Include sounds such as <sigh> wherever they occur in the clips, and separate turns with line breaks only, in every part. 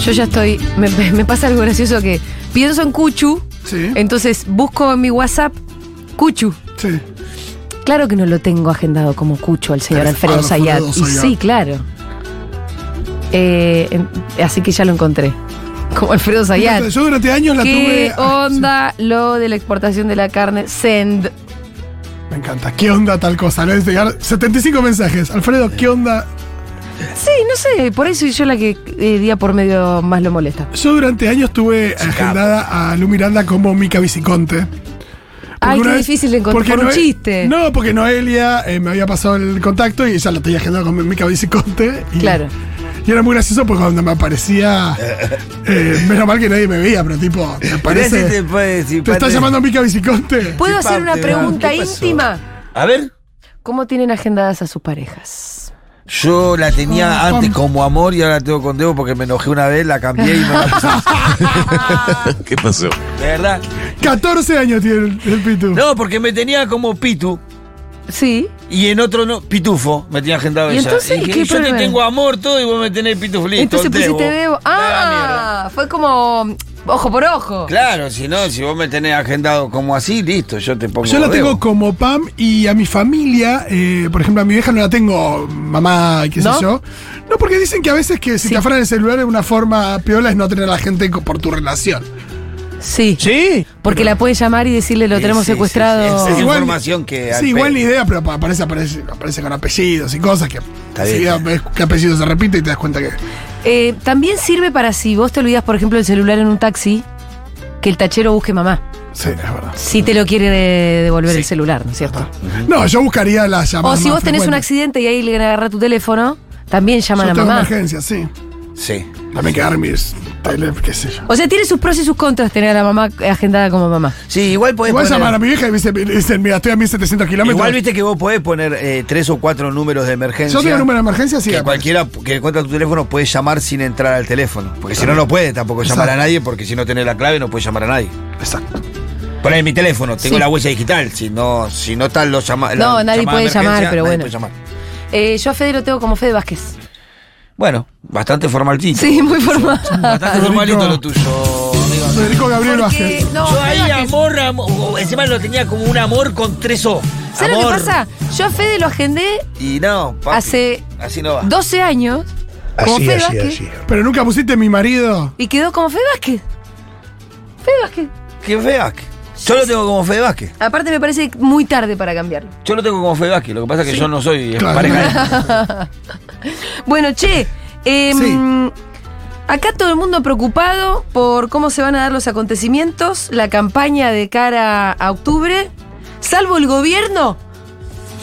Yo ya estoy. Me, <laughs> me- me pasa algo gracioso que pienso en Cuchu,
Sí.
entonces busco en mi WhatsApp Cuchu.
Sí.
Claro que no lo tengo agendado como Cucho al señor
Al-
Alfredo
Ah, Alfredo
Zayat. Y
Zayat.
sí, claro. Eh, en- así que ya lo encontré. Como Alfredo Zayat.
Yo durante años la
¿Qué
tuve. ah,
onda lo de la exportación de la carne? Send.
sí, me encanta. ¿Qué onda tal cosa? ¿no? Es llegar 75 mensajes. Alfredo, ¿qué onda?
Sí, no sé, por ahí soy yo la que eh, día por medio más lo molesta.
Yo durante años tuve agendada a Lu Miranda como Mica Viciconte.
Ay, qué
Porque una vez-
difícil de encontrar
porque
por un
Noe-
chiste.
No, porque Noelia eh, me había pasado el contacto y ella la tenía agendada con Mica Viciconte. Y,
Claro.
Y era muy gracioso porque cuando me <laughs> aparecía. eh, menos mal que nadie me veía, pero tipo, me
Mirá
aparece.
si te puede decir,
¿Te está
padre.
llamando Mica Viciconte?
¿Puedo hacer
parte,
una
Iván?
pregunta
¿Qué pasó?
íntima?
A ver,
¿Cómo tienen agendadas a sus parejas?
yo la tenía
Ah,
antes
pam.
como amor y ahora la tengo con Debo porque me enojé una vez, la cambié y no la puse.
¿Qué pasó?
De verdad.
Pues, 14 años tiene el, el Pitu.
No, porque me tenía como Pitu
Sí.
y en otro no, Pitufo, me tenía agendado
¿Y
ella.
entonces
dije,
qué
yo
problema?
te tengo amor todo y vos me tenés Pitufo listo,
Entonces
Debo.
pusiste debo.
Me da
Ah, fue como mm, ojo por ojo.
mierda. Claro, si no, si vos me tenés agendado como así, listo, yo te pongo
Yo la
Debo.
tengo como Pam y a mi familia, eh, por ejemplo, a mi vieja no la tengo mamá, qué sé
¿No?
yo. No, porque dicen que a veces que
Sí.
si te afanan el celular de una forma piola es no tener a la gente co- por tu relación.
Sí.
¿Sí?
Porque la pueden llamar y decirle lo
Sí,
tenemos
sí, sí,
secuestrado.
sí, sí, sí. información que al
Sí, igual
pe-
ni idea, pero pa- aparece, aparece, aparece con apellidos y cosas que
bien.
enseguida ves que apellido se repite y te das cuenta que.
Eh, También sirve para si vos te olvidas, por ejemplo, el celular en un taxi, que el tachero busque mamá.
Sí, es verdad.
Si te lo quiere de- devolver el celular, ¿no es cierto?
No, yo buscaría la llamada.
O si
más
vos tenés un
frecuente.
accidente y ahí le agarra tu teléfono, también llaman
Yo
a
tengo
mamá.
emergencia, sí.
Sí.
Dame quedar mis tele, qué sé yo.
O sea, tiene sus pros y sus contras tener a la mamá agendada como mamá.
Sí, igual podés
Igual
poner-
llamar a mi vieja y me dicen, me dicen, mira, estoy a 1700 kilómetros.
Igual viste que vos podés poner eh, tres o cuatro números de emergencia.
Yo tengo número de emergencia, sí.
Que
aparece.
cualquiera que encuentra tu teléfono puede llamar sin entrar al teléfono. Porque si no, no puede tampoco llamar a
Exacto.
nadie, porque si no tenés la clave no puedes llamar a nadie.
Exacto.
Poné mi teléfono, tengo
Sí.
la huella digital. Si no, si no están los llamados.
No, nadie puede llamar, pero bueno. Eh, yo a Fede lo tengo como Fede Vázquez.
Bueno, bastante formalito.
<laughs> Sí, muy formal.
Bastante formalito lo tuyo, amigo.
Federico Gabriel
Porque,
Vázquez.
no,
Yo
Fede
ahí
Vázquez.
amor, amor, o- encima lo tenía como un amor con tres O.
¿Sabes lo que
Amor.
pasa? Yo a Fede lo agendé
Y no, papi,
hace
así no va.
12 años como
Así,
Fede
así,
Vázquez
así.
Pero nunca pusiste mi marido.
y quedó como Fede Vázquez. Fede Vázquez.
¿Qué Fede Vázquez? Yo lo tengo como Fede Vázquez.
Aparte me parece muy tarde para cambiarlo.
Yo lo tengo como Fede Vázquez, lo que pasa es que yo no soy eh,
<laughs>
Claro.
pareja.
Bueno, che, em, acá todo el mundo preocupado por cómo se van a dar los acontecimientos, la campaña de cara a octubre, salvo el gobierno,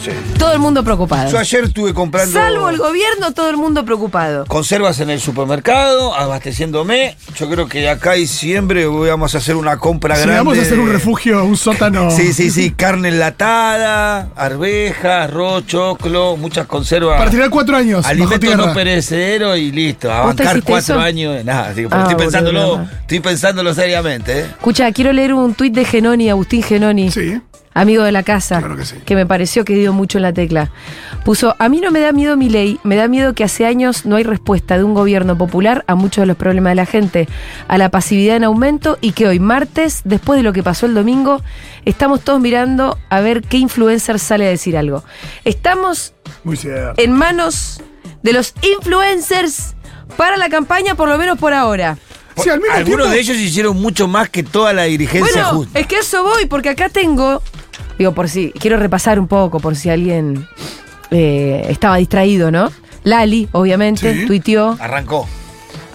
Sí.
todo el mundo preocupado.
Yo ayer estuve comprando
Salvo el gobierno, todo el mundo preocupado.
conservas en el supermercado, abasteciéndome. Yo creo que acá en diciembre vamos a hacer una compra
Si
grande.
vamos a hacer un refugio, un sótano.
Sí, sí, sí, carne enlatada, arvejas, arroz, choclo, muchas conservas.
Para tirar cuatro años. Bajo
Alimentos
tierra.
no perecederos y listo. A
¿Vos te
bancar
hiciste
cuatro
eso?
años de nada. Digo,
Ah,
pero estoy
boludo,
pensándolo,
mamá.
estoy pensándolo seriamente, ¿eh?
Escucha, quiero leer un tuit de Genoni, Agustín Genoni.
Sí.
Amigo de la casa,
Claro que sí.
me pareció que dio mucho en la tecla. Puso, a mí no me da miedo mi ley, me da miedo que hace años no hay respuesta de un gobierno popular a muchos de los problemas de la gente, a la pasividad en aumento y que hoy, martes, después de lo que pasó el domingo, estamos todos mirando a ver qué influencer sale a decir algo. Estamos
Muy
Eh,
cierto.
en manos de los influencers para la campaña, por lo menos por ahora.
Sí, al mismo
Algunos
tiempo.
de ellos hicieron mucho más que toda la dirigencia
Bueno,
justa.
es que a eso voy, porque acá tengo. Digo, por si. Quiero repasar un poco, por si alguien eh, estaba distraído, ¿no? Lali, obviamente,
Sí.
tuiteó.
Arrancó.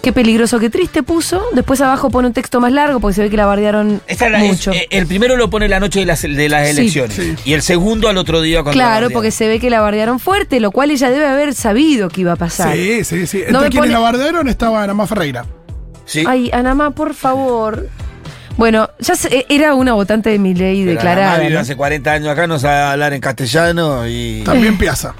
Qué peligroso, qué triste puso. Después abajo pone un texto más largo porque se ve que la bardearon
Esta la- es-
mucho.
eh, el primero lo pone la noche de las, de las
Sí.
elecciones.
Sí.
Y el segundo al otro día cuando
claro,
la
porque se ve que la bardearon fuerte, lo cual ella debe haber sabido que iba a pasar.
Sí, sí, sí.
No me
Entre quienes
pone-
la bardearon estaba Ana Má Ferreira.
Sí.
Ay, Anamá, por favor. Bueno, ya se- eh, era una votante de mi ley
Pero la
declarada.
madre vive
¿no?
hace 40 años acá, no sabe hablar en castellano y...
También Piazza.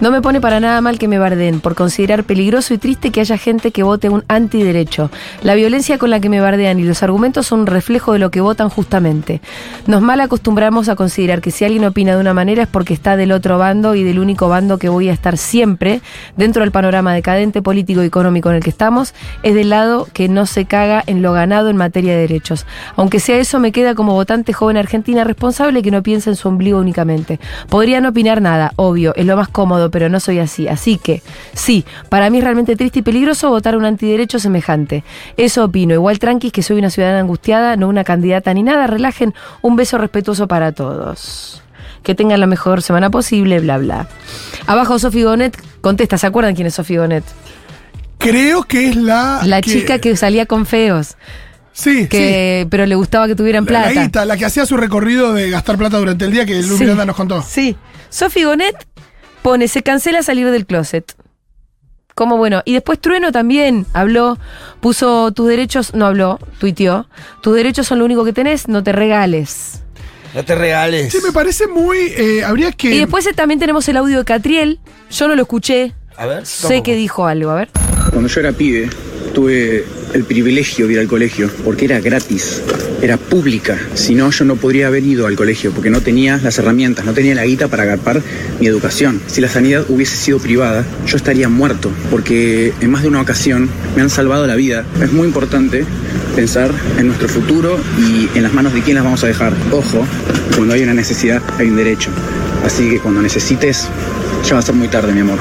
No me pone para nada mal que me barden, por considerar peligroso y triste que haya gente que vote un antiderecho. La violencia con la que me bardean y los argumentos son un reflejo de lo que votan justamente. Nos mal acostumbramos a considerar que si alguien opina de una manera es porque está del otro bando y del único bando que voy a estar siempre dentro del panorama decadente político y económico en el que estamos, es del lado que no se caga en lo ganado en materia de derechos. Aunque sea eso, me queda como votante joven argentina responsable que no piensa en su ombligo únicamente. Podría no opinar nada, obvio, es lo más cómodo, pero no soy así. Así que, sí, para mí es realmente triste y peligroso votar un antiderecho semejante. Eso opino. Igual tranquis que soy una ciudadana angustiada, no una candidata ni nada. Relajen. Un beso respetuoso para todos. Que tengan la mejor semana posible, bla, bla. Abajo Sofi Gonet contesta, ¿se acuerdan quién es Sofi Gonet?
Creo que es la.
La chica que salía con feos,
Sí, sí.
que pero le gustaba que tuvieran
La-
plata.
La, guita, la que hacía su recorrido de gastar plata durante el día que Lu
Sí.
Miranda nos contó.
Sí. Sofi Gonet pone, se cancela salir del closet. Como bueno. Y después Trueno también habló, puso tus derechos, no habló, tuiteó. Tus derechos son lo único que tenés, no te regales.
No te regales.
Sí, me parece muy. eh, habría que.
Y después eh, también tenemos el audio de Catriel. Yo no lo escuché.
A ver.
Sé que
tampoco.
dijo algo, a ver.
Cuando yo era pibe, tuve el privilegio de ir al colegio, porque era gratis, era pública. Si no, yo no podría haber ido al colegio, porque no tenía las herramientas, no tenía la guita para agarpar mi educación. Si la sanidad hubiese sido privada, yo estaría muerto, porque en más de una ocasión me han salvado la vida. Es muy importante pensar en nuestro futuro y en las manos de quién las vamos a dejar. Ojo, cuando hay una necesidad, hay un derecho. Así que cuando necesites, ya va a ser muy tarde, mi amor.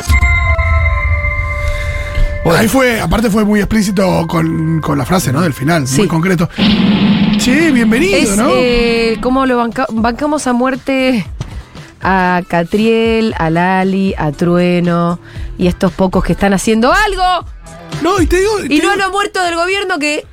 Ahí fue, aparte fue muy explícito con, con la frase, ¿no? Del final,
Sí.
muy concreto. Che, bienvenido,
Es
¿no?
eh, cómo lo banca- bancamos a muerte a Catriel, a Lali, a Trueno y estos pocos que están haciendo algo.
No, y te digo. te
Y no
digo-
a los muertos del gobierno que.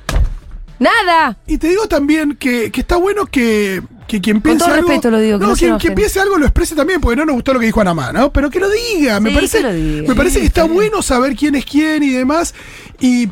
¡Nada!
Y te digo también que, que está bueno que, que quien piense
todo
algo.
respeto lo digo, que
no,
no se
quien,
enojen.
quien piense algo lo exprese también, porque no nos gustó lo que dijo Anamá, ¿no? Pero que lo diga. Me
Sí,
parece,
que lo diga.
Me parece que está bueno saber quién es quién y demás. Y.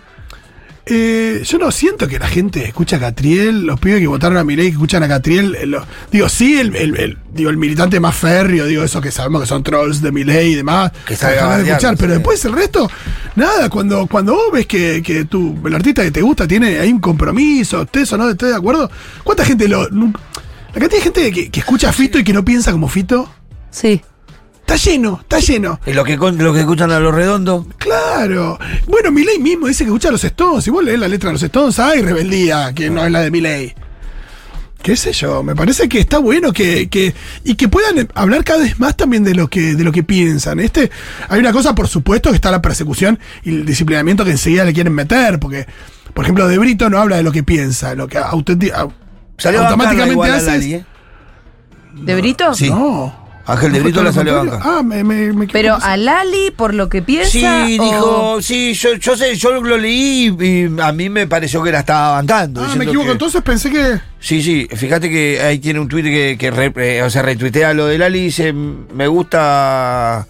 eh, yo no siento que la gente escucha a Catriel, los pibes que votaron a Milei que escuchan a Catriel, eh, lo- digo, sí, el, el- el- digo, el militante más férreo, digo, eso que sabemos que son trolls de Milei y demás,
Que sabe
dejarán de
bardear,
escuchar,
no
pero
sé.
después el resto, nada, cuando, cuando vos ves que, que tu, el artista que te gusta tiene ahí un compromiso, estés o no estés de acuerdo, ¿cuánta gente lo... nunca- la cantidad de gente que, que escucha a Fito y que no piensa como Fito,
Sí.
está lleno, está lleno.
Y los que, con- los que escuchan a los redondos.
Claro. Bueno, Milei mismo dice que escucha a los Stones, y vos lees la letra de los Stones, hay rebeldía, que no es la de Milei. Qué sé yo, me parece que está bueno que, que- y que puedan eh, hablar cada vez más también de lo que de lo que piensan. Este hay una cosa, por supuesto, que está la persecución y el disciplinamiento que enseguida le quieren meter, porque por ejemplo, De Brito no habla de lo que piensa, lo que auténti- au-
Salió a bancarla
automáticamente
igual a
haces. Ah,
Lali, ¿eh?
¿De Brito?
Sí.
No.
Ángel De
¿No fue
Brito
todo
la
lo
salió a
contrario?
bancar.
Ah, me, me, me equivoqué.
Pero a Lali, por lo que piensa.
Sí,
o-
dijo, sí, yo, yo sé, yo lo leí y y a mí me pareció que la estaba bancando.
Ah, me
diciendo
equivoco,
que-
entonces pensé que
Sí, sí, fíjate que ahí tiene un tuit que, que re- eh, o sea, retuitea lo de Lali y dice, me gusta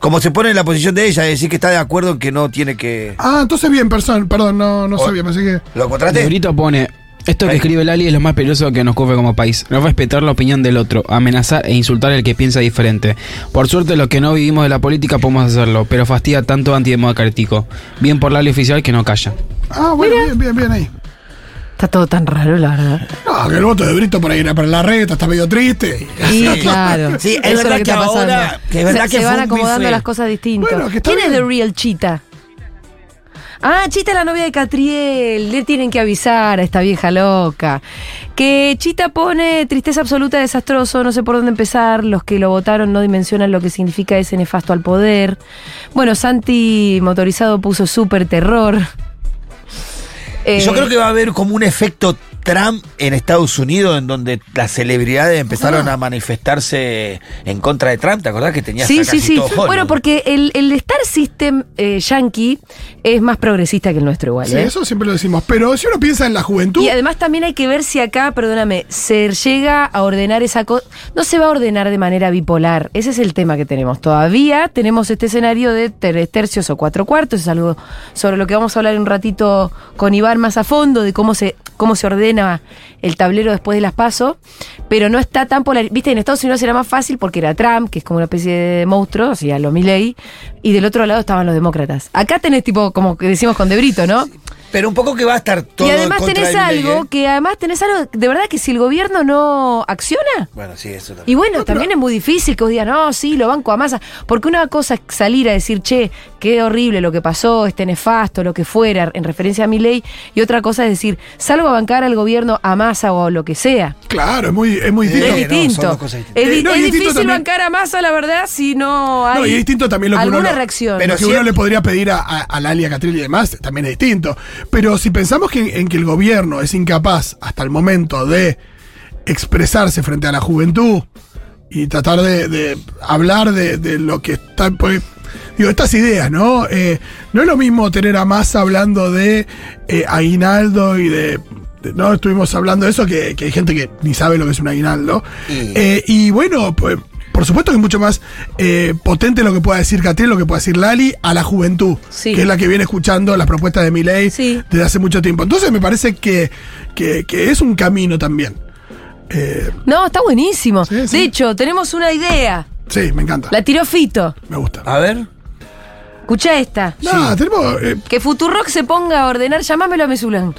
como se pone en la posición de ella, es decir que está de acuerdo en que no tiene que...
Ah, entonces bien, persona, perdón, no, no
O-
sabía, pensé que.
¿Lo
De
contraté?
Brito pone. Esto que
Ahí.
escribe Lali es lo más peligroso que nos cubre como país. No respetar la opinión del otro, amenazar e insultar al que piensa diferente. Por suerte, los que no vivimos de la política podemos hacerlo, pero fastidia tanto antidemocrático. Bien por Lali oficial que no calla.
Ah, bueno, bien, bien, bien ahí.
Está todo tan raro, la verdad.
No, que el voto de Brito por ahí era para la reta, está medio triste.
Sí, claro.
Sí,
Eso
es
lo
verdad que
está
ahora-
pasando.
que es verdad
se,
que
se
fue
van
un
acomodando
bife.
las cosas distintas.
Bueno, que está
¿Quién es
bien.
The Real Chita? Ah, Chita es la novia de Catriel. Le tienen que avisar a esta vieja loca. Que Chita pone tristeza absoluta, desastroso, no sé por dónde empezar. Los que lo votaron no dimensionan lo que significa ese nefasto al poder. Bueno, Santi motorizado puso súper terror. Eh,
Yo creo que va a haber como un efecto Trump en Estados Unidos, en donde las celebridades empezaron
Ah.
a manifestarse en contra de Trump. ¿Te acordás que tenías
Sí,
a
sí,
casi
sí.
todo Hollywood?
Bueno, porque el, el Star System eh, yankee es más progresista que el nuestro igual.
Sí,
¿eh?
eso siempre lo decimos. Pero si uno piensa en la juventud.
Y además también hay que ver si acá, perdóname, se llega a ordenar esa cosa. No se va a ordenar de manera bipolar. Ese es el tema que tenemos. Todavía tenemos este escenario de ter- tercios o cuatro cuartos. Es algo sobre lo que vamos a hablar en un ratito con Iván más a fondo, de cómo se, cómo se ordena el tablero después de las pasos, pero no está tan polarizado. Viste, en Estados Unidos era más fácil porque era Trump, que es como una especie de monstruo, o sea, lo Milley, y del otro lado estaban los demócratas. Acá tenés tipo, como que decimos con Debrito, ¿no?
Pero un poco que va a estar todo.
y además
contra
tenés
de Milei,
algo,
¿eh?
que además tenés algo, de verdad que si el gobierno no acciona,
Bueno, sí, eso también.
y bueno, también es muy difícil que vos digas, no, sí, lo banco a masa. Porque una cosa es salir a decir, che, qué horrible lo que pasó, este nefasto, lo que fuera, en referencia a mi ley. Y otra cosa es decir, salgo a bancar al gobierno a masa o lo que sea.
Claro, es muy, es muy
Eh,
es
distinto.
no,
distinto.
son dos cosas distintas.
Es, di-
Eh, no, y
es
es distinto
difícil
también-
bancar a masa, la verdad, si no hay
No, y es distinto también lo que uno
alguna
lo-
reacción.
Pero
Lo que
siempre-
uno le podría pedir a, a, a Lali, a Catril y demás, también es distinto. Pero si pensamos que, en que el gobierno es incapaz hasta el momento de expresarse frente a la juventud y tratar de, de hablar de, de lo que está... pues, digo, estas ideas, ¿no? Eh, no es lo mismo tener a Massa hablando de eh, aguinaldo y de... de- No, estuvimos hablando de eso, que, que hay gente que ni sabe lo que es un aguinaldo.
Y-
Eh, y bueno, pues por supuesto que es mucho más eh, potente lo que pueda decir Catriel, lo que pueda decir Lali a la juventud,
Sí.
que es la que viene escuchando las propuestas de Milei
Sí.
desde hace mucho tiempo. Entonces me parece que, que- que es un camino también. Eh,
No, está buenísimo.
Sí, sí.
De hecho, tenemos una idea.
sí, me encanta.
La tiró Fito.
Me gusta.
A ver.
Escucha esta.
Nada, tenemos eh,
Que Futurock se ponga a ordenar, llamámelo a Mesulán.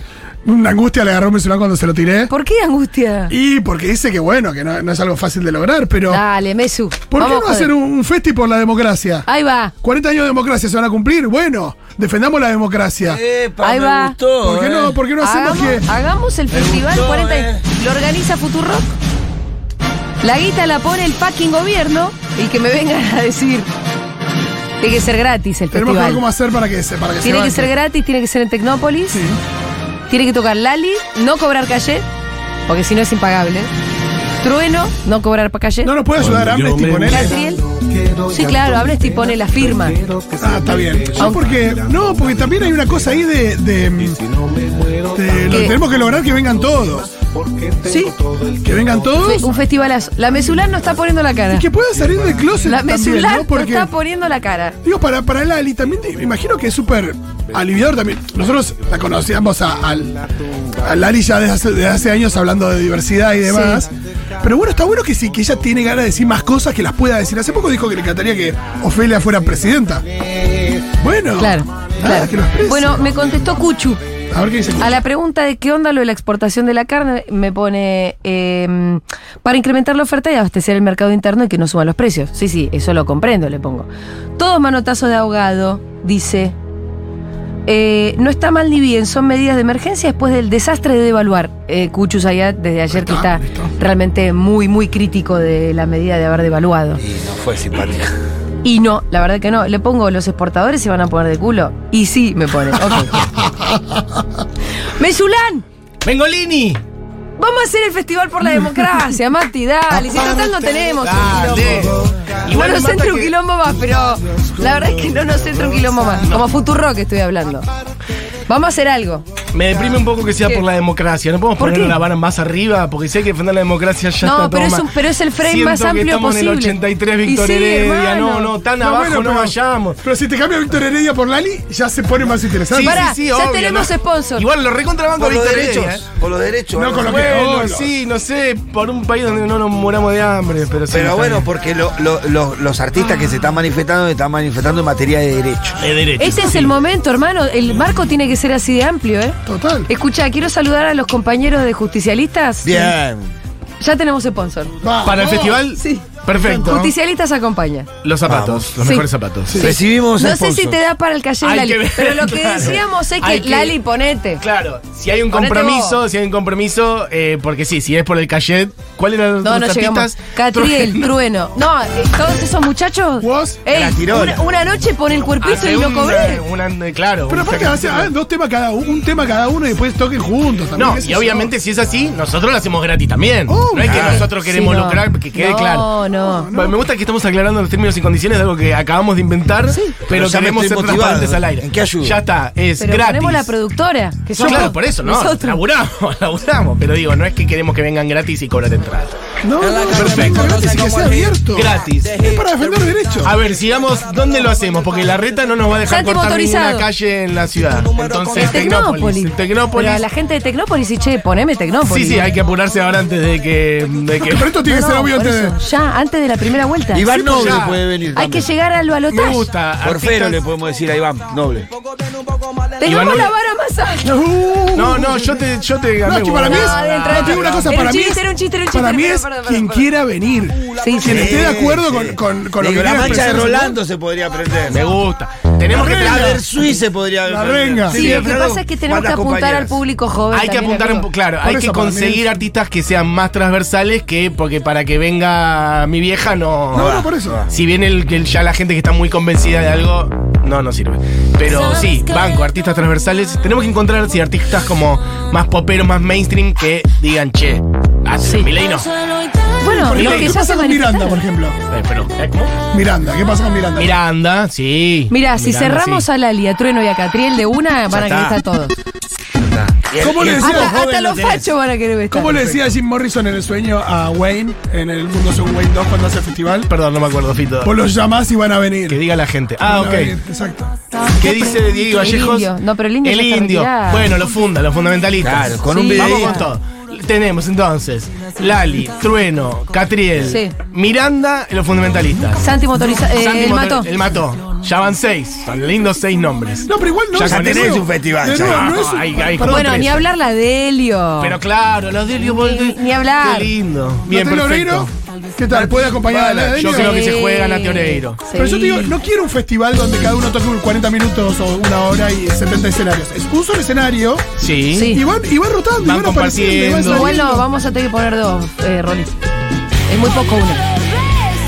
una angustia, le agarró mi celular cuando se lo tiré.
¿Por qué angustia?
Y porque dice que bueno, que no, no es algo fácil de lograr, pero
Dale, Mesu.
¿por qué
vamos,
no hacer
joder.
un, un festi por la democracia?
Ahí va.
40 años de democracia se van a cumplir. Bueno, defendamos la democracia.
Epa,
Ahí
me
va.
gustó.
¿Por qué
eh.
no? ¿Por qué no hacemos
Hagamos,
que.?
hagamos el festival
gustó,
40. y-
eh.
Lo organiza Futurock. La guita la pone el fucking gobierno y que me vengan a decir. Tiene que ser gratis el
Tenemos que ver cómo
festival.
hacer para que se para que se
Tiene que
banque.
ser gratis, tiene que ser en Tecnópolis.
Sí.
Tiene que tocar Lali, no cobrar calle, porque si no es impagable. Trueno, no cobrar pa' calle.
No nos puede ayudar
Cuando yo
Amnesty,
me
ponele.
Catriel. Sí, claro, Amnesty pone la firma.
Ah, está bien. Yo porque, no, porque también hay una cosa ahí de. de, de- lo
¿Qué?
tenemos que lograr que vengan todos.
Sí.
Que vengan todos.
Un festivalazo. La Mesulán no está poniendo la cara.
Y <laughs> que puedan salir del closet
La
también,
Mesulán
¿no? Porque.
no está poniendo la cara.
Digo, para, para Lali también te- me imagino que es súper aliviador también. Nosotros la conocíamos a, al- a Lali ya desde hace, desde hace años hablando de diversidad y demás. Pero bueno, está bueno que sí, que ella tiene ganas de decir más cosas que las pueda decir. Hace poco dijo que le encantaría que Ofelia fuera presidenta. Bueno,
Claro.
nada,
claro.
Ah, que lo exprese.
Bueno, me contestó Cuchu.
a ver qué dice.
A la pregunta de qué onda lo de la exportación de la carne, me pone eh, para incrementar la oferta y abastecer el mercado interno y que no suban los precios. Sí, sí, eso lo comprendo, le pongo. Todos manotazos de ahogado, dice. Eh, no está mal ni bien, son medidas de emergencia después del desastre de devaluar. Eh, Cuchu Zayat, desde ayer que
Está,
está
listo.
realmente muy, muy crítico de la medida de haber devaluado.
Y no fue simpática.
Y no, la verdad que no. Le pongo los exportadores se van a poner de culo. Y sí, me pone. Ok. ¡Mesulán!
¡Mengolini!
Vamos a hacer el festival por la democracia, Mati, dale. Si total no tenemos un quilombo.
Igual
no
me
nos
mata
entra un
que-
quilombo más, pero la verdad es que no nos entra un quilombo más. Como Futuro que estoy hablando. Vamos a hacer algo.
Me deprime un poco que sea
Ah. ¿Qué?
por la democracia. No podemos
¿Por
poner
qué?
la vara más arriba porque si hay que defender la democracia ya
No,
está todo
pero es
mal.
un- pero es el frame
Siento
más
que
amplio
estamos en el
posible.
83
Y
Víctor
sí,
Heredia.
hermano.
No, no, tan
No,
abajo
Ah, bueno,
no
pero-
vayamos.
Pero si te cambia Víctor Heredia por Lali, ya se pone más interesante.
Sí,
Pará,
sí, sí,
ya
obvio,
tenemos
no.
sponsor.
Igual lo recontrabanco a
Por los
Víctor
derechos.
Heredia. ¿eh?
Por los derechos.
No,
¿no?
con lo que-
Bueno,
Hola.
sí, no sé, por un país donde no nos moramos de hambre, pero sí.
Pero
está
bueno,
bien.
porque lo- lo- lo- los artistas que se están manifestando, se están manifestando en materia de derechos.
De derecho.
Este es el momento, hermano. El marco tiene que ser así de amplio, ¿eh?
Total.
Escucha, quiero saludar a los compañeros de Justicialistas.
Bien.
Ya tenemos sponsor.
Va.
Para el festival,
Sí.
perfecto.
Justicialistas acompaña.
Los zapatos,
Vamos.
los
Sí.
mejores zapatos.
Recibimos
No sé
sponsor.
si te da para el calle
Hay
Lali.
que ver,
pero lo que
claro.
decíamos es que,
Hay que-
Lali, ponete.
Claro, si hay un
Ponete
compromiso,
vos.
si hay un compromiso, eh, porque sí, si es por el cachet, ¿cuáles eran los
No, no
otros
llegamos.
artistas?
Catriel, <laughs>
<laughs>
trueno. No, eh, todos esos muchachos.
Vos,
Ey,
la tiró.
una, una noche pone el cuerpito
Hace
y lo
un-
cobré.
una- una- claro.
Pero
un
aparte,
sacrificio.
hace- ah, dos temas cada uno, un tema cada uno y después toquen juntos. también, Oh,
No,
qué sé
y
yo.
obviamente si es así, nosotros lo hacemos gratis también.
Obvio.
no es que nosotros
Sí,
queremos
no.
lucrar, que quede
No,
claro.
no.
Bueno, Me gusta que estamos aclarando los términos y condiciones de algo que acabamos de inventar, pero,
Pero ya me
queremos ser
estoy motivado.
transparentes al aire.
¿En qué ayudo?
Ya está, es
Pero
gratis.
tenemos la productora. Que
Yo,
somos
claro, por eso, ¿no?
nosotros.
<laughs> Laburamos, laburamos. Pero digo, no es que queremos que vengan gratis y cobran entrada.
No, no, perfecto, gratis y que sea abierto.
Gratis. Ah,
Es para defender derechos.
A ver, sigamos, ¿dónde lo hacemos? Porque la reta no nos va a dejar
Santi
cortar
motorizado.
ninguna calle en la ciudad. Entonces,
En Tecnópolis.
Tecnópolis. En Tecnópolis.
Pero a la gente de Tecnópolis y che, poneme Tecnópolis.
Sí, sí, hay que apurarse ahora antes de que. De que
Pero esto tiene que
No,
ser obvio
por
antes de.
eso, Ya, antes de la primera vuelta.
Iván
Sí, pues
Noble
ya.
puede venir.
Hay que
también.
llegar al
<laughs> me
balotaje.
gusta.
Porfero
artistas-
le podemos decir a Iván Noble.
Tenemos
Iván Noble-
la vara más alta.
No, no, yo te, yo te gané.
No, es que para mí es.
No, adentro,
No, te digo una cosa,
Era un
para mí es.
chiste, era un chiste, era un chiste,
Para mí
perdón,
es
perdón,
quien
perdón.
quiera venir.
Sí,
Quien
sí.
esté de acuerdo
Sí,
con,
sí.
con, con lo
Digo,
que
La
quiera
mancha de
expresar.
Rolando se podría
Me
aprender.
gusta. Tenemos que
Arregla.
traer.
Albert Suiz se podría
La
aprender.
renga.
Sí, lo que
Fernando,
pasa es que tenemos que
bandas
apuntar al
compañeras.
público joven.
Hay que
también,
apuntar un
amigo.
poco, claro,
Por
hay
eso
que
para mí
conseguir
es-
artistas que sean más transversales que porque para que venga mi vieja no.
No, no, por eso.
Si bien el, el- ya la gente que está muy convencida de algo, no, no sirve. Pero sí, banco, artistas transversales. Tenemos que encontrar sí, artistas como más poperos, más mainstream que digan, che, hace Milei no. Eh,
Bueno,
Porque,
lo que
¿Qué
ya se
pasa con Miranda, por
manifestaron.
ejemplo?
pero, ¿eh, cómo?
Miranda, ¿qué pasa con Miranda?
Miranda, sí.
Mira, si
Miranda,
cerramos
sí.
a Lali, a Trueno y a Catriel de una, van a querer
está.
estar todos.
¿Cómo le
Hasta,
decía?
hasta los fachos van a querer estar.
¿Cómo le decía Jim Morrison en el sueño a Wayne en el mundo según Wayne 2 cuando hace el festival?
Perdón, no me acuerdo, Fito.
Vos los llamás y van a venir.
Que diga la gente. Ah,
Van a venir,
ok.
Exacto.
¿Qué dice Diego
El
Vallejos?
indio. No, pero el indio
El
ya está
indio.
retirado.
Bueno, lo funda, los fundamentalistas.
Claro, con un
Sí.
video.
Vamos con todo. Tenemos entonces Lali, Trueno, Catriel,
Sí.
Miranda y los fundamentalistas.
Santi motoriza, eh,
Santi
el
Motor-
mató.
El mató. Ya van seis. Tan lindos seis nombres.
No, pero igual no
Ya
es
con
de
eso
nuevo.
es un
festival,
De
ya.
nuevo, no es un-
Ay, ay,
Perdón,
bueno,
tres.
ni hablar la de Helio.
Pero claro, los de Elio Bolte-
ni hablar.
Qué lindo. Bien,
Natalia
perfecto.
Oreiro, ¿qué tal? ¿Puede acompañar a la
Bueno,
de
yo
Elio?
creo que se juega Nati Oreiro.
Pero yo te digo, no quiero un festival donde cada uno toque un 40 minutos o una hora y 70 escenarios. Es un solo escenario
Sí.
Sí.
y van, y van rotando.
Van
y van apareciendo, y van
compartiendo.
Igual no,
saliendo.
vamos a tener que poner dos, eh, Rolly. Es muy poco uno.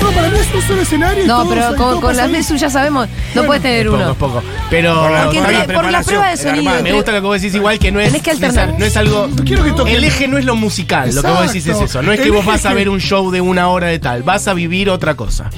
No, para mí es un solo escenario. y
<laughs>
No,
todos-
pero
y
con,
todos
con las
pasan-
Mesu ya sabemos, no puedes tener
Es poco,
uno.
es poco. Pero
Porque
para
entre-
la
por las
preparación,
pruebas de
el
sonido.
armado.
Me
entre-
gusta lo que vos decís igual que no es.
Tenés que
no es-
alternar.
No es algo.
No quiero que toquen.
El eje no es lo musical, lo que vos decís es
Exacto.
eso. No es que
El
vos
eje
vas a
es que-
ver un show de una hora de tal, vas a vivir otra cosa.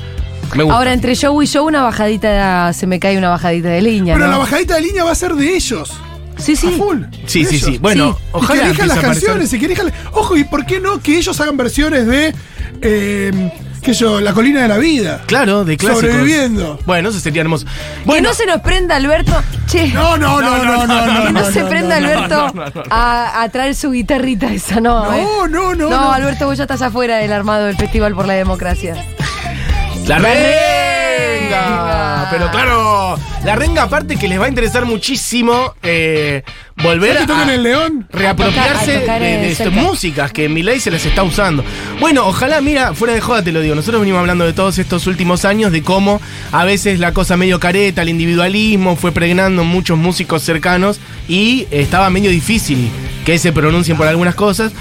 Me gusta.
Ahora, entre show y show, una bajadita, se me cae una bajadita de línea.
Pero
¿no?
la bajadita de línea va a ser de ellos.
sí,
A
sí.
full.
sí, sí, sí.
Ellos.
Bueno,
Sí.
Y que
ojalá.
elijan las
empiece a aparecer-
canciones, y que elijan. Ojo, ¿y por qué no que ellos hagan versiones de. Eh, qué sé yo, La colina de la vida?
Claro, de clásicos.
Sobreviviendo.
Bueno, eso sería hermoso.
Que
Bueno,
no se nos prenda Alberto. Che.
No, no, no, no, no, no. no,
que no, se prenda
no,
Alberto
no, no, no.
A, a traer su guitarrita esa, no.
No,
eh.
Oh, no,
No,
no, no.
Alberto, vos ya estás afuera del armado del Festival por la Democracia.
la renga.
renga.
Pero claro, la renga, aparte que les va a interesar muchísimo eh, volver
¿Querés que toquen
a-
el león?
reapropiarse
A tocar, a tocar,
de, de
eh,
estas
cerca.
músicas que Milei se las está usando. Bueno, ojalá, mira, fuera de joda te lo digo, nosotros venimos hablando de todos estos últimos años, de cómo a veces la cosa medio careta, el individualismo fue pregnando muchos músicos cercanos y estaba medio difícil que se pronuncien por algunas cosas.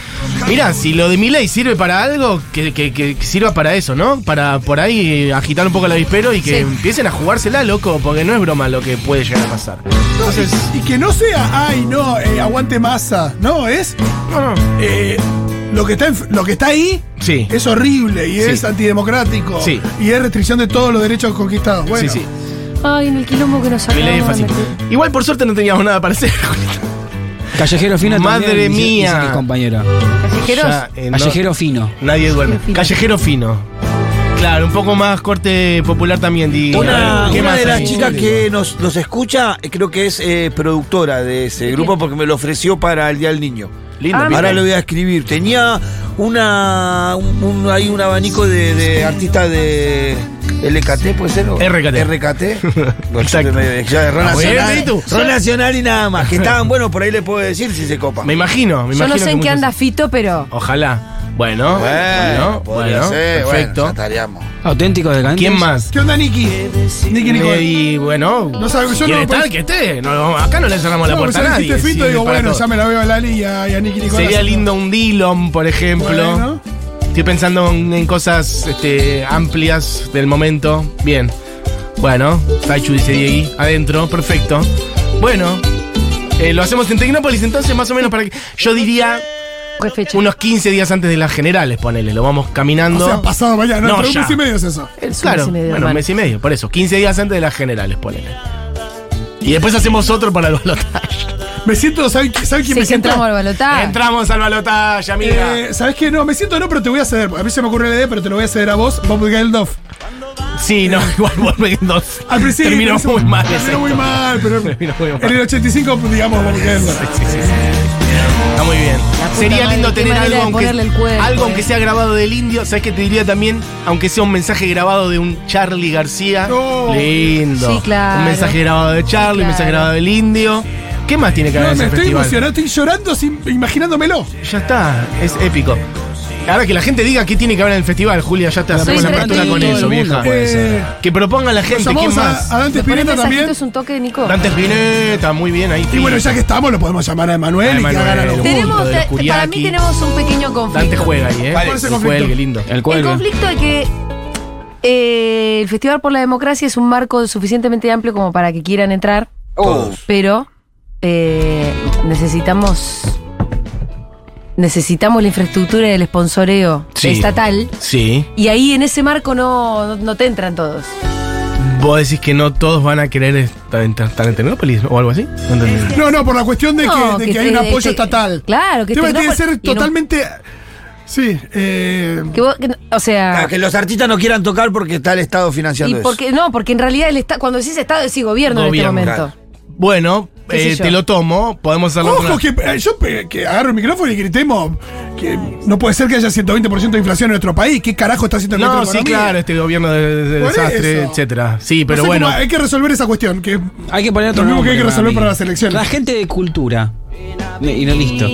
Mira, si lo de Milei sirve para algo, que, que- que- que sirva para eso, ¿no? Para por ahí eh, agitar un poco el avispero y que
Sí.
empiecen a jugársela, loco, porque no es broma lo que puede llegar a pasar. Entonces,
Y que no sea, ay, no, eh, aguante masa. No, es.
no, no.
eh, lo, que está en- lo que está ahí
Sí.
es horrible y
Sí.
es antidemocrático.
Sí.
Y es restricción de todos los derechos conquistados. Bueno,
sí, sí.
Ay, en el quilombo que nos
Milei es
acabamos de
fácil.
meter.
Igual por suerte no teníamos nada para hacer. <laughs>
Callejero Fino
Madre
también, dice-
mía.
dice que es compañero.
Callejeros.
Ya, eh, no-
Callejero Fino.
nadie duerme.
Fino.
Callejero fino. Claro, un poco más corte popular también. di-
Una,
¿Qué
una
más
de las
hay? Ah,
chicas que nos, nos escucha, eh, creo que es eh, productora de ese grupo porque me lo ofreció para el Día del Niño.
Lindo,
Ah,
bien.
Ahora lo voy a escribir. Tenía una. Un, un- hay un abanico de, de artistas de. LKT, ¿puede ser? ¿O?
RKT. <laughs>
RKT. Bueno, yo
Exacto.
me- ya, Ron
Ah, bueno,
Nacional,
Pitu.
Ron Nacional y nada más. Que estaban buenos, por ahí le puedo decir si se copa.
Me imagino, me
Yo
imagino.
no sé
que
en qué
muchos-
anda Fito, pero.
Ojalá. Bueno, bueno,
podría
bueno,
ser, bueno,
perfecto.
ya estaríamos.
Auténtico de
¿Quién más?
¿Qué onda, Nicky? Nicky
Eh,
Nicole.
y bueno,
No sabe, yo
quiere
no
estar
pues-
puedo-
que esté. No, acá no le cerramos la
No,
puerta a
porque ya dijiste
nadie.
Fito,
sí,
digo,
para
bueno,
todo.
ya me la veo a Lali y a, y a Nicky Nicole.
Sería lindo un Dillon, por ejemplo.
Bueno.
Estoy pensando en, en cosas este, amplias del momento. Bien. Bueno, Taichu dice Diegui. Adentro, perfecto. Bueno, eh, lo hacemos en Tecnópolis entonces, más o menos para que. Yo diría
¿Qué fecha?
unos 15 días antes de las generales, ponele. Lo vamos caminando.
O sea, pasado mañana,
No,
entre un
ya.
mes y medio es eso.
Es un
claro,
mes y medio,
bueno, un
hermano.
mes y medio, por eso. 15 días antes de las generales, ponele. Y después hacemos otro para el balotaje.
Me siento, ¿saben, qué- saben quién
Sí,
me
que
siento?
entramos al balotaje.
Entramos al balotaje, amiga.
Eh, ¿Sabes qué? No, me siento no, pero te voy a ceder. A mí se me ocurrió la idea, pero te lo voy a ceder a vos, Bob Geldof.
sí, no, igual vuelve en dos.
eh.
<laughs>
Al principio.
Terminó
hizo-
muy mal.
Terminó muy mal, pero.
<laughs> Terminó muy mal.
En el 85, digamos, Bob Geldof.
Está muy bien.
La puta
Sería
madre,
lindo
qué
tener
manera
algo,
de
aunque,
ponerle el cuerpo,
algo
eh.
aunque sea grabado del indio. ¿Sabes qué te diría también? Aunque sea un mensaje grabado de un Charlie García.
No.
Lindo.
Sí, claro.
Un mensaje grabado de Charlie, un mensaje
claro.
grabado del indio. ¿Qué más tiene que haber
No,
en
me
ese
estoy
festival?
emocionado, estoy llorando sin, imaginándomelo.
Ya está, es épico. Ahora que la gente diga qué tiene que haber en el festival, Julia, ya te
Soy
hacemos la apertura
creativa.
con eso,
Todo el
vieja.
mundo puede ser.
que proponga la gente, ¿quién
Llamamos
más?
a, a Dante Spinetta también.
es un toque de Nico.
Dante Spinetta, muy bien ahí.
Y bueno, ya que estamos, lo podemos llamar a
A
Emanuel y que
Emanuel.
hagan algo.
Te-
tenemos,
de los
te- para mí
Kuriaki.
tenemos un pequeño conflicto.
Dante juega ahí, ¿eh?
¿Cuál es el conflicto?
Juega, qué lindo.
El
El
cuelgue.
conflicto de que eh, el Festival por la Democracia es un marco suficientemente amplio como para que quieran entrar,
Todos.
pero eh, necesitamos necesitamos la infraestructura del sponsoreo
Sí.
estatal
Sí.
y ahí en ese marco no, no, no te entran todos.
¿Vos decís que no todos van a querer estar en, estar en Tecnópolis o algo así? No entendí.
No, no, por la cuestión de que,
No,
de
que
que hay un
te-
apoyo
te-
estatal.
claro, que
Tema
te-
tiene
no,
que
por-
ser
y en un-
totalmente. Sí, eh.
Que vos- que no- o sea,
Ah, que los artistas no quieran tocar porque está el Estado
y
financiando
porque no, porque en realidad el esta- cuando decís Estado decís gobierno,
Gobierno,
en este momento.
Bueno,
¿Qué sé
eh,
yo?
te lo tomo, podemos hacerlo. con
Ojo,
la-
que eh, yo pe- que agarro el micrófono y gritemos que no puede ser que haya 120% de inflación en nuestro país. ¿Qué carajo está haciendo
No,
nuestra
sí,
economía?
claro, este gobierno de, de
Por
desastre,
eso.
etcétera. Sí,
No
pero
sé
bueno.
cómo- hay que resolver esa cuestión. Que
Hay que poner otro
Lo mismo que hay que
nombre,
resolver
mí.
para las elecciones.
La gente de cultura. Y no listo.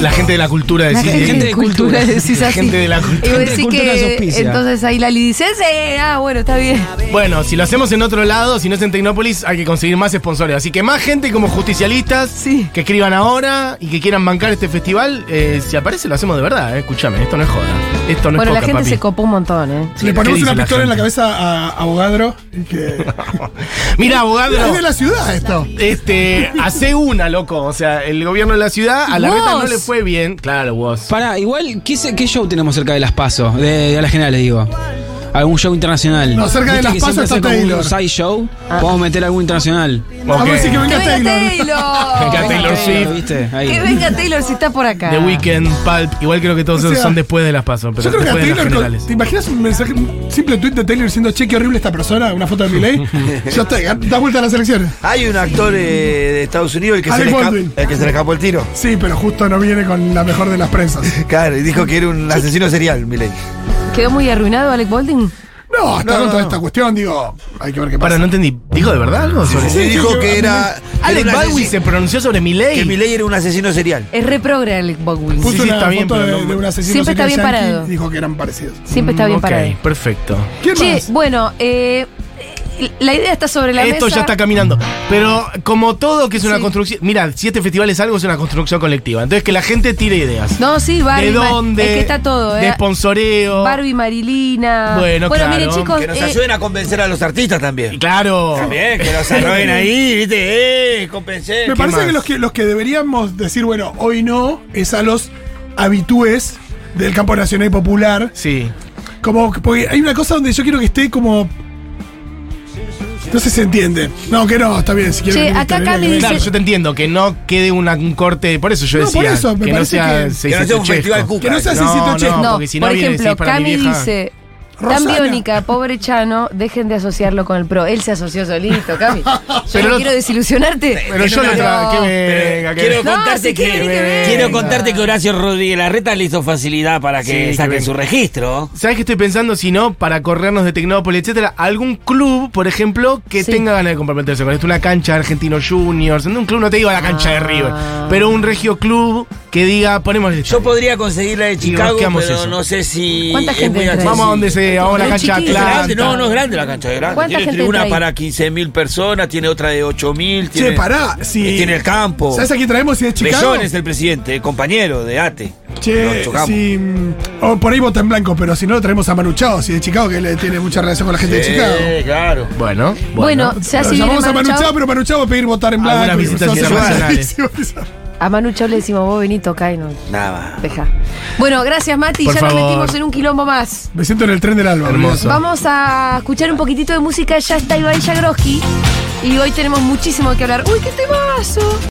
La gente de la cultura
La
decide.
gente de cultura.
decís
La
así.
gente de la
Y
cultura.
vos
Gente de
decís
cultura nos
que
auspicia.
entonces ahí Lali dice, "Sí, ah, bueno, está bien.
Bueno, si lo hacemos en otro lado, si no es en Tecnópolis, hay que conseguir más sponsores. Así que más gente como justicialistas
Sí.
que escriban ahora y que quieran bancar este festival, eh, si aparece lo hacemos de verdad, eh. escúchame, esto no es joda. Esto no
bueno,
es
la
poca,
gente
papi.
se copó un montón, ¿eh?
le
¿qué
ponemos
dice
una
la
pistola en la
gente?
cabeza a, a Bogadro. y que-
Mira, abogado.
es de la ciudad esto.
Este, hace una, loco. O sea, el gobierno de la ciudad a la reta no
Vos.
le fue bien. Claro, vos.
Pará, igual, ¿qué, se- qué show tenemos cerca de las pasos? De, de las generales, digo. ¿Algún show internacional?
No, cerca de
¿Viste
Las
que
Pasos
siempre
está
hace como
Taylor.
Un side show. Podemos meter algo internacional.
A ver si que
¡Que
venga
venga
Taylor.
Taylor!
Venga Taylor Swift.
¿Viste? Ahí.
Que venga Taylor si está por acá.
The Weeknd, Pulp. Igual creo que todos
O sea,
son después de las pasos, pero
Yo creo que a
después de las
Taylor.
generales.
con- ¿Te imaginas un mensaje, un simple tweet de Taylor diciendo che, qué horrible esta persona? Una foto de
<laughs>
Miley. ya está, da vuelta a las elecciones.
Hay un actor eh, de Estados Unidos el que, se
Alec
le, escapa-
Baldwin.
el que se le escapó el tiro.
Sí, pero justo no viene con la mejor de las prensas.
Claro, y dijo que era un asesino serial, Milei.
¿Quedó muy arruinado Alec Baldwin?
No, está
No,
con
no,
toda
no.
esta cuestión, digo, hay que ver qué pasa.
Para, no entendí. ¿Dijo de verdad algo sobre
Sí,
sí,
dijo
yo-
que era. era un
Alex Baldwin
asesi-
se pronunció sobre mi
Que Milei era un asesino serial.
Es reprogre Alec Baldwin.
Puso
Sí, sí,
una
está bien,
foto
pero
de,
no-
de un asesino
Siempre está bien
serial yankee
parado.
y Dijo que eran parecidos.
Siempre está bien
Ok,
parado.
perfecto.
¿Quién
Che,
más?
bueno, eh, la idea está sobre la
Esto
mesa.
ya está caminando. Pero como todo que es una
Sí.
construcción. Mira, si este festival es algo, es una construcción colectiva. Entonces que la gente tire ideas.
No, sí, Barbie.
¿De
ma-
dónde?
Es que está todo, ¿eh?
De sponsoreo.
Barbie, Marilina.
Bueno, claro,
miren, chicos.
Que nos
eh,
ayuden a convencer a los artistas también.
Claro.
También, que los arroben ahí, ¿viste? ¡Eh! ¡Compensé!
Me
¿Qué
parece
más?
que los, que los que deberíamos decir, bueno, hoy no, es a los habitúes del campo nacional y popular.
Sí.
Como, que- porque hay una cosa donde yo quiero que esté como. No sé si se entiende. No, que no, está bien. Si quieren
Che,
venir,
acá
que
Cami
vengan, que vengan.
Claro,
Dice-
yo te entiendo, que no quede una- un corte. Por eso yo
No,
decía.
por eso, me
que no
parece
sea.
que-
seis-
Que no sea un
seis-
festival
chesco.
cuca.
Que no sea
eh.
así,
No,
siete,
no,
ocho.
No,
porque si no
por
viene a
ejemplo,
decir para mi
Cami
vieja.
dice. Tan
Rosana.
biónica, pobre Chano, dejen de asociarlo con el pro. Él se asoció solito,
<laughs>
Cami. Yo
Pero
no
lo-
quiero desilusionarte.
Pero yo lo tra- que venga, que
Quiero
venga.
No,
contarte que,
si quiere, ni que venga.
quiero contarte que Horacio Rodríguez Larreta le hizo facilidad para
Sí,
que
que
saquen
venga.
su registro.
¿Sabes qué estoy pensando? Si no, para corrernos de Tecnópolis, etcétera, algún club, por ejemplo, que
Sí.
tenga ganas de comprometerse con esto. Una cancha de Argentinos Juniors, un club, no te digo la cancha de River,
Ah.
pero un regio club que diga, ponemos el
Yo podría conseguir la de Chicago,
rosqueamos
pero
eso.
no sé si.
¿Cuánta
es
gente
muy
entra ahí?
accesible.
Vamos a donde se vamos a la
Es
cancha
chiquito.
Es grande,
Atlanta.
no, no es grande la cancha, es grande.
¿Cuánta
Tiene
gente
tribuna
entra ahí?
para 15.000 personas, tiene otra de 8.000.
Che,
tiene-
pará. Si,
eh, Tiene el campo.
¿Sabes a quién traemos si es Chicago?
Bellón es el presidente, eh, compañero de ATE.
Che,
Nos chocamos.
si. mm, O por ahí vota en blanco, pero si no lo traemos a Manuchao, si es de Chicago, que le tiene mucha relación con la gente de Chicago.
Eh, claro.
Bueno,
Bueno, ya
Lo
si viene
llamamos a
Manu
Manuchao,
Chao,
pero Manuchao va a pedir votar en
Algunas
blanco. y
visitas
se va a-
internacionales.
se va a pisar.
a Manu Chao le decimos, vos vení, toca y no.
Nada.
Deja. Bueno, gracias, Mati.
Por
ya nos
favor.
metimos en un quilombo más.
Me siento en el tren del alba.
Hermoso.
Vamos a escuchar un poquitito de música. Ya está Iván Yagroski. Y hoy tenemos muchísimo que hablar. ¡Uy, qué temazo!